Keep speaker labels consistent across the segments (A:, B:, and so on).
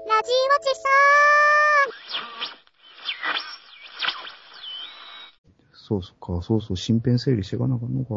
A: ちさ
B: そうそっか、そうそう、身辺整理していかなあかんのか。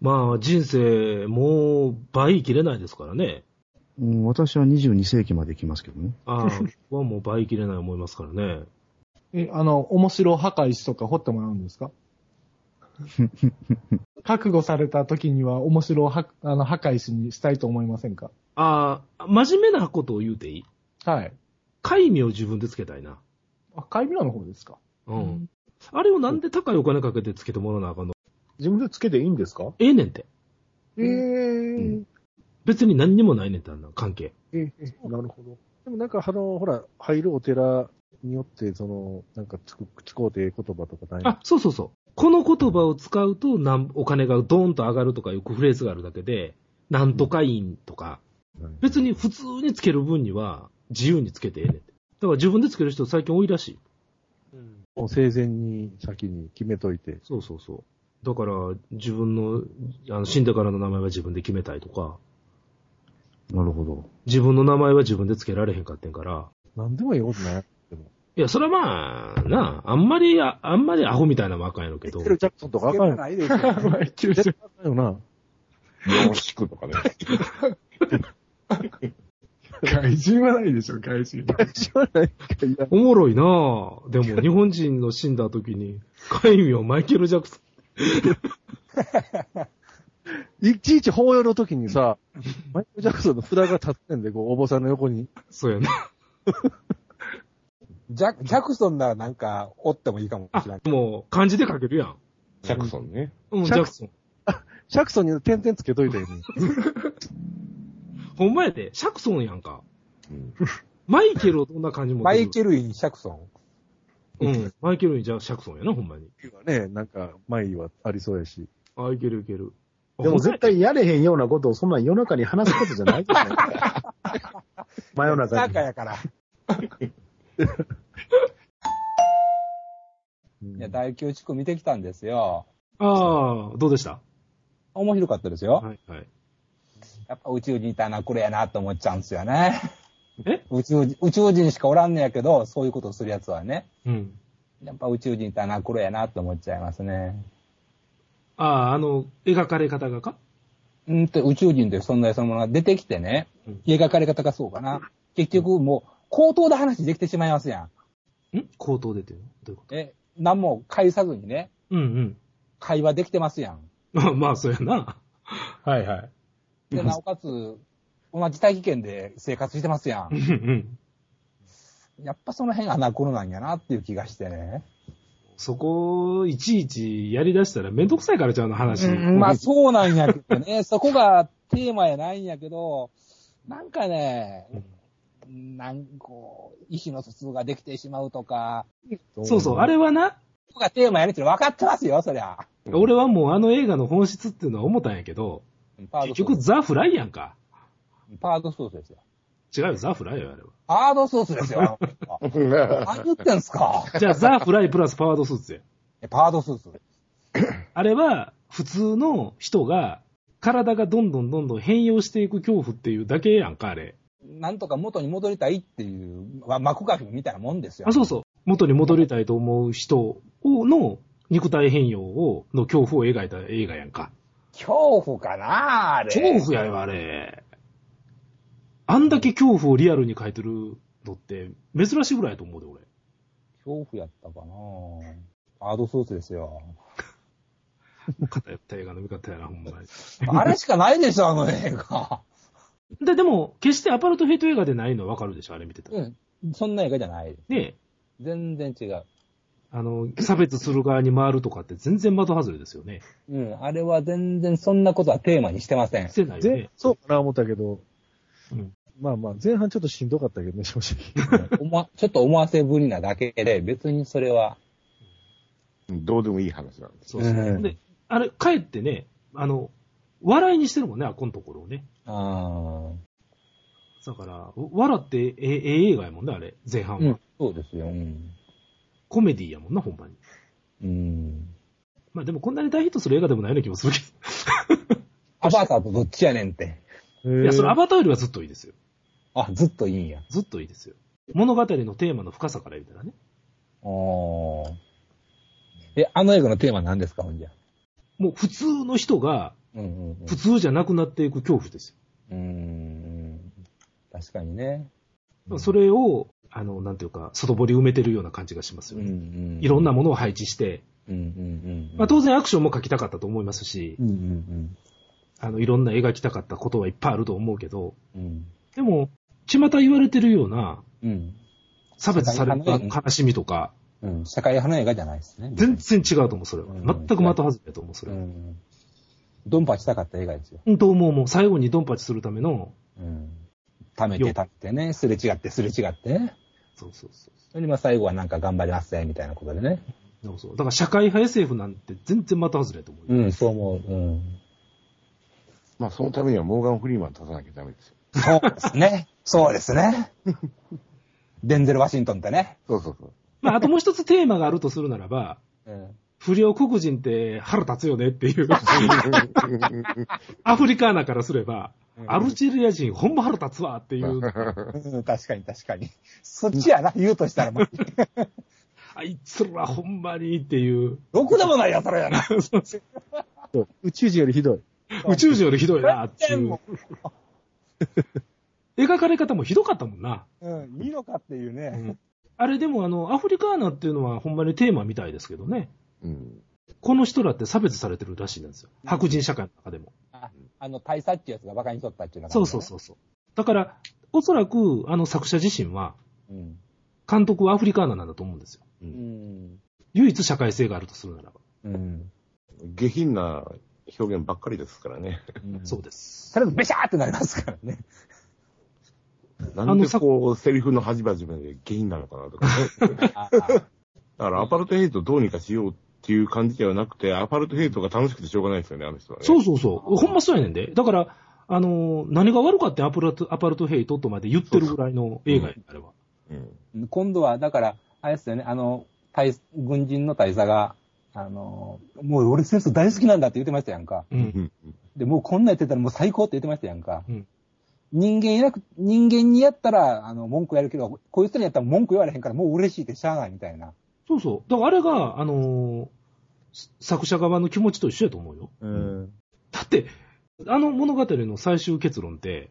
C: まあ、人生、もう、倍切れないですから ね。
B: うん、私は22世紀まで行きますけどね。
C: ああ、僕はもう倍切れない思いますからね。
D: え、あの、面白墓石とか掘ってもらうん ですか覚悟された時には面白はあの墓石にしたいと思いませんか
C: ああ、真面目なことを言うていい
D: はい。
C: 戒名を自分でつけたいな。
D: あ、海名の方ですか
C: うん。あれをなんで高いお金かけてつけてもらわなあかんの
E: 自分でつけていいんですか
C: ええねんて。
D: ええ
C: 別に何にもないねんて、あんな関係。
E: ええ、なるほ ど。でもなんか、あの、ほら、入るお寺によって、その、なんかつく、口こうてええ言葉とかないの
C: あ、そうそうそう。この言葉を使うと、なんお金がドーンと上がるとかいうフレーズがあるだけで、なんとかいんとか、別に普通につける分には自由につけてええねんて。だから自分でつける人最近多いらしい。
E: もう生前に先に決めといて。
C: そうそうそう。だから自分のあの死んでからの名前は自分で決めたいとか、
B: なるほど。
C: 自分の名前は自分でつけられへんかってんから、
E: なんでもいいことない。
C: いや、それはまあ、なあ、あんまり、ああんまりアホみたいなのもあかんやろうけど
E: ミケ、ル・ジャクソンとかあ
F: つけ
E: かん
F: ら
E: よ。
F: ないでしょ。
D: マイケルジャ
E: 絶対あかんよな。
G: よろしくとかね。
D: 外人はないでしょ、外人は。
E: 知らないか。いや、
C: おもろいなあでも日本人の死んだ時に、海名マイケル・ジャクソン。
E: いちいち法要の時にさ、マイケル・ジャクソンの札が立ってんで、こう、お坊さんの横に。
C: そうやな。
F: ジャジャクソンならなんか、おってもいいかも
C: あ
F: しれない、。
C: もう漢字で書けるやん。
G: ジャクソンね。
C: うん、ジ
E: ジャ
C: ャ
E: ク
C: クソン。
E: ジャクソンに点々つけといたよね。
C: ほんまやで、シャクソンやんか。
G: うん
C: マイケルをどんな感じも。
F: マイケル・イン・シャクソン。
C: ル。うん、マイケルにじゃあシャクソンやな、ほんまに。
E: ね、なんか、前はありそうやし。
C: あ、いけるいける。あ
H: でも絶。対やれへんようなことをそんなん夜中に話すことじゃないですね。 真夜中
F: な
H: に
F: ん。かやから。いや、第9地区見てきたんですよ。
C: ほんまやああ、どうでした
F: 面白かったですよ。
C: いはい。
F: やっぱ宇宙人いたな、これやなと思っちゃうんですよね。
C: え
F: 宇宙人、宇宙人しかおらんねやけど、そういうことするやつはね。
C: うん。
F: やっぱ宇宙人いたな、これやなと思っちゃいますね。
C: ああ、あの、描かれ方がか
F: うんと、宇宙人という存在そのものが出てきてね
C: うん、
F: 描かれ方がそうかな。結局もう、口頭で話できてしまいますやん。
C: ん口頭でっていうのどういうこ
F: え、何も返さずにね、
C: とうんうん。
F: 会話できてますやん。
C: まあ まあ、そうやな。はいはい。
F: で、なおかつ、同じ大気圏で生活してますや
C: うん
F: ん。
C: うん。
F: やっぱその辺アナコロなんやなっていう気がしてね。
C: そこ、いちいちやり出したらめんどくさいからちゃうの話。
F: うんまあそうなんやけどね、 そこがテーマやないんやけど、なんかね、なんこう、意思の疎通ができてしまうとか、
C: そうそう、あれはな、
F: そこがテーマやねんっての分かってますよ、そりゃ。
C: 俺はもうあの映画の本質っていうのは思ったんやけど、
F: パー
C: 結
F: ドソ
C: 局
F: ース。
C: ザ・フライやんか。
F: パードソースですよ。
C: 違うよ、ザ・フライよ、あれ は。
F: パードソースですよ。 何言ってんすか
C: じゃあ、ザ・フライプラスパワードスーツや。
F: えパードソース。
C: あれは、普通の人が、体がどんどんどんどん変容していく恐怖っていうだけやんか、あれ。
F: なんとか元に戻りたいっていう、ま幕書きみたいなもんですよ。
C: あ、そうそう。元に戻りたいと思う人をの肉体変容を、の恐怖を描いた映画やんか。
F: 恐怖かなあれ。
C: 恐怖やよ、あれ。あんだけ恐怖をリアルに描いてるのって、珍しいぐらいやと思うで、俺。
F: 恐怖やったかなパードソースですよ。
C: 偏った映画の見方やな、ほんまに。
F: あれしかないでしょ、あの映 画。
C: で、でも、決してアパルトヘイト映画でないのはわかるでしょ、あれ見てたら。
F: うん。そんな映画じゃない。
C: ね
F: 全然違う。
C: あの、差別する側に回るとかって全然的外れですよね。
F: うん。あれは全然そんなことはテーマにしてませ ん
C: し。てないよ
E: 前
C: ね。
E: そうかな思ったけど、
C: うん
E: まあまあ、前半ちょっとしんどかったけどね、 正 直。
F: 思わちょっと思わせぶりなだけで、別にそれは。
G: うんどうでもいい話なんです。
C: そうそう。
E: うん
C: で、あれ、帰ってね、あの、笑いにしてるもんね、あこのところをね。
F: うーん。
C: だから、笑ってええええ映画やもんね、あれ、前半は。
F: うん。そうですよ。うん。
C: コメディやもんな、ほんまに。
F: うん。
C: まあでもこんなに大ヒットする映画でもないような気もするけ
F: アバターとどっちやねんって。
C: ど。いや、それアバターよりはずっといいですよ。
F: あ、ずっといいんや。
C: ずっといいですよ。物語のテーマの深さから言うたらね。
F: おーえ、あの映画のテーマ何ですか、ほんじゃ。
C: もう普通の人が
F: うんうん
C: 普通じゃなくなっていく恐怖です
F: うん。うん。確かにね。
C: よ。それを、あの、なんていうか、外堀埋めてるような感じがしますよね。
F: ん
C: いろんな
F: も
C: ものを配置して、
F: うんうんうん。
C: まあ当然アクションも書きたかったと思いますし
F: う、んうん
C: あの、いろんな描きたかったことはいっぱいあると思うけど、
F: うん。うん。
C: でも、巷言われてるような
F: うん。
C: 差別された
F: 社会派の
C: 悲しみとか、
F: うん。社会派の映画じゃないですね。
C: 全然違うと思う、それは。
F: うん
C: 全く的外れだと思う、それ
F: う
C: は。
F: ん。ドンパチしたかった映画ですよ。
C: うん、と思う、もう最後にドンパチするための、
F: うん。貯め
C: よ
F: て貯めてね、すれ違ってすれ違ってね。
C: そうそうそう。
F: それでまあ最後はなんか頑張りますね、みたいなことでね。
C: そうそう。だから社会派 SF なんて全然的外れだと思うよ。
F: うん、そう思う。うん。
G: まあ、そのためにはモーガン・フリーマン出さなきゃダメですよ。
F: そうですね。そうですね。デンゼル・ワシントンってね。
G: そうそうそう。
C: まあ、あともう一つテーマがあるとするならば、
F: うん。
C: 不良黒人って腹立つよねって いう、アフリカーナからすれば、アルジェリア人ほんま腹立つわって いう、
F: うん確かに確かに。そっちやな、言うとしたらもう。
C: あいつらほんまにっていう、
F: ろくでもないやつらやな。
E: そう宇宙人よりひどい。
C: 宇宙人よりひどいなってい
F: 全
C: う
F: 部。
C: 描かれ方もひどかったもんな。
F: うん、見ろかっていうね。
C: あれでもあの、アフリカーナっていうのはほんまにテーマみたいですけどね。
G: うん。
C: この人らって差別されてるらしいんですよ。白人社会の中でも。
F: ああの、大佐っていうやつが馬鹿にしとったっていうのが、
C: そうそうそうそう。だから、おそらくあの作者自身は、
F: う。うん。
C: 監督はアフリカーナなんだと思うんですよ。
F: うん。
C: 唯一社会性があるとするならば。
F: うん。
G: 下品な表現ばっかりですからね。
C: そうです。
F: それベシャーってなりますからね。
G: なんでこう、セリフの端々で下品なのかなとかね。
F: ああ
G: だから、アパルトヘイトどうにかしようっていう感じではなくて、アパルトヘイトが楽しくてしょうがないですよね、あの人はね。
C: そうそうそう。ほんまそうやねんで。だから、あのー何が悪かってアパルト、アパルトヘイトとまで言ってるぐらいの映画やねあれは。
G: うん。
F: 今度は、だから、あれですよね、あの、大軍人の大佐が、あの、もう俺戦争大好きなんだって言ってましたやんか。
C: う。
G: うんん。
F: で、もうこんなんやってたらもう最高って言ってましたやんか。
C: うん
F: 人間いなく、人間にやったら、あの、文句やるけど、こういう人にやったら文句言われへんからもう嬉しいってしゃあないみたいな。
C: そうそう。だからあれが、あのー作者側の気持ちと一緒やと思うよ。
H: うん。
C: だって、あの物語の最終結論って、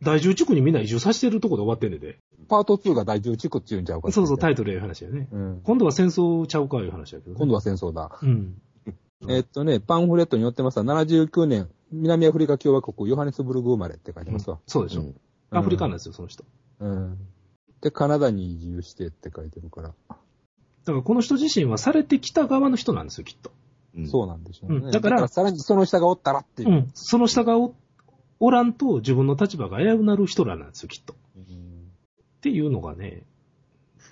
C: 大住地区にみんな移住させてるとこで終わってんねんで。
F: パート2が大重地区って言うんちゃうか
C: そうそう、タイトルやいう話やね。
F: うん。
C: 今度は戦争ちゃうかいう話やけど、ね。
F: 今度
C: は。
F: は戦争だ。
C: うん。
F: えっとね、パンフレットに載ってますわ。79年、南アフリカ共和国ヨハネスブルグ生まれって書いてますわ。
C: そうでしょ。
G: うん
C: アフリカなんですよ、その人。
F: うん。で、カナダに移住してって書いてるから、
C: だからこの人自身はされてきた側の人なんですよ、きっと。
G: うん
F: そうなんでしょうね。
C: うんだから
F: さらにその下がおったらっていうう。
C: ん。その下がおおらんと自分の立場が危うくなる人らなんですよ、きっと。っていうのがね、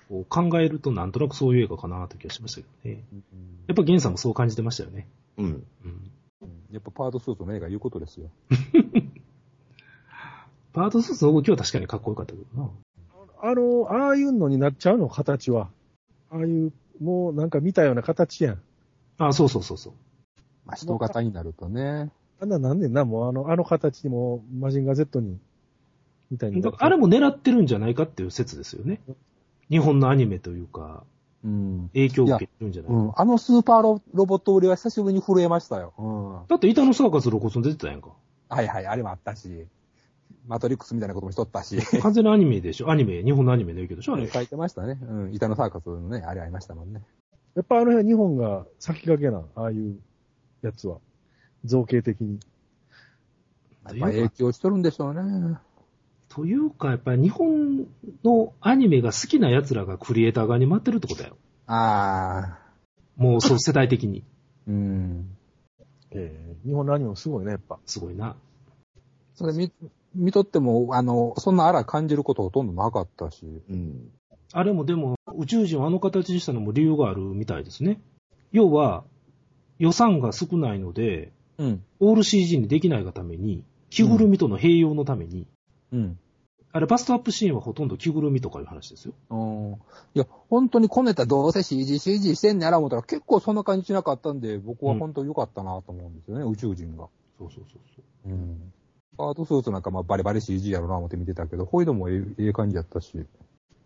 C: こう考えるとなんとなくそういう映画かなという気がしましたけどね。やっぱ源さんもそう感じてましたよね。
G: うん。
C: うん。
F: やっぱパート2との映画言うことですよ。
C: パートスーツの動きは確かにかっこよかったけどな。
E: あの、ああいうのになっちゃうの、形は。ああいう、もうなんか見たような形やん。
C: あ、そうそうそうそう。
F: まあ、人型になるとね。
E: あんななんねんな、もうあの、あの形にもうマジンガー Z に、みたいにな
C: だ
E: っ
C: か
E: ち
C: ら
E: ゃ
C: あれ
E: う。
C: も狙ってるんじゃないかっていう説ですよね。日本のアニメというか、
F: うん。
C: 影響を受けてるんじゃないか。
F: うん。あのスーパーロロボット売りは久しぶりに震えましたよ。うん。
C: だって板のサーカス露骨に出てたやんか。
F: はいはい、あれもあったし、マトリックスみたいなこともしとったし。
C: 完全にアニメでしょアニメ、日本のアニメの影響でしょあれ。
F: 書いてましたね。うん。板のサーカスのね、あれありましたもんね。
E: やっぱあの辺は日本が先駆けな、ああいうやつは。造形的に。
F: やっぱ影響しとるんでしょうね。
C: というか、やっぱり日本のアニメが好きな奴らがクリエイター側に待ってるってことだよ。
F: ああ。
C: もうそう 世代的に。
F: うん。
E: ええ日本のアニメもすごいね、やっぱ。
C: すごいな。
F: それ見、見とっても、あの、そんなあら感じることほとんどなかったし。
G: うん。
C: あれもでも、宇宙人をあの形にしたのも理由があるみたいですね。要は、予算が少ないので、
F: うん。
C: オール CG にできないがために、着ぐるみとの併用のために、
F: うん。
C: あれバストアップシーンはほとんど着ぐるみとかいう話ですよ。
F: うん。いや、本当にこねたどうせ CG、CG してんねやら思ったら結構そんな感じしなかったんで、僕は本当に良かったなと思うんですよね、宇宙人が。
C: そうそうそうそう。
F: うん。パートスーツなんかまあバリバリ CG やろうな思って見てたけど、ホイドもええええ感じやったし。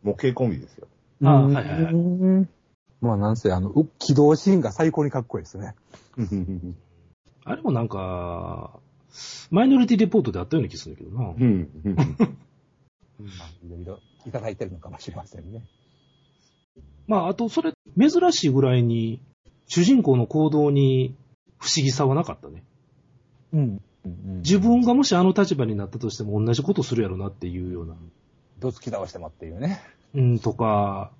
G: 模型コンビですよ。
C: ああはいはいはい
A: まあなんせ、あの、う起動シーンが最高にかっこいいですね。
G: う
C: あれもなんか、マイノリティレポートであったような気するんだけどな。
G: ん。
F: まあいろいろいただいてるのかもしれませんね。
C: まあ、あと、それ、珍しいぐらいに、主人公の行動に不思議さはなかったね。
F: うん。
C: 自分がもしあの立場になったとしても同じことするやろなっていうような、
F: どつき倒してもっていうね。
C: うん、とか、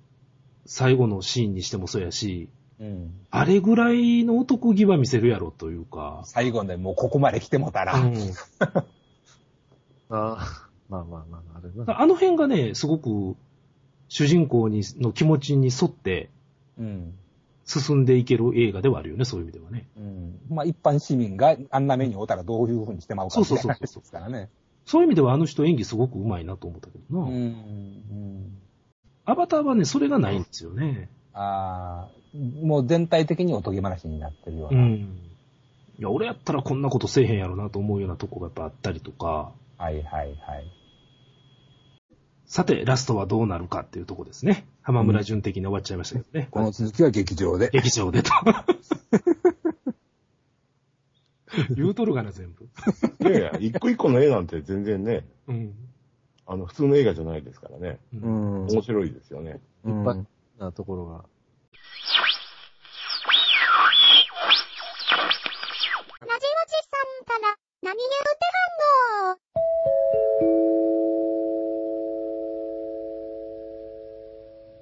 C: 最後のシーンにしてもそうやし、
F: うん。
C: あれぐらいの男気は見せるやろというか、
F: 最後でもうここまで来てもたら、
C: うん
E: ああ、まあまあまあ、あれな。
C: あの辺がね、すごく主人公にの気持ちに沿って
F: うん。
C: 進んでいける映画ではあるよね、そういう意味ではね。
F: うん。まあ一般市民があんな目に遭うたらどういうふうにしてまうかみたいな話ですからね。
C: そういう意味ではあの人演技すごく上手いなと思ったけど
F: う
C: な。
F: ん。うん。
C: アバターはね、それがないんですよね。
F: ああ、もう全体的におとぎ話になってるよう
C: う
F: な。
C: ん。いや、俺やったらこんなことせえへんやろなと思うようなとこがやっぱあったりとか、
F: はいはいはい。
C: さて、ラストはどうなるかっていうとこですね。浜村淳的に終わっちゃいましたけどね。
A: この続きは劇場で。
C: 劇場 でと。言うとるがな、全部。
G: いやいや、一個一個の絵なんて全然ね、
C: うん。
G: あの、普通の映画じゃないですからね。
C: う。
A: うんん。
G: 面白いですよね。
A: うん
E: 一般なところが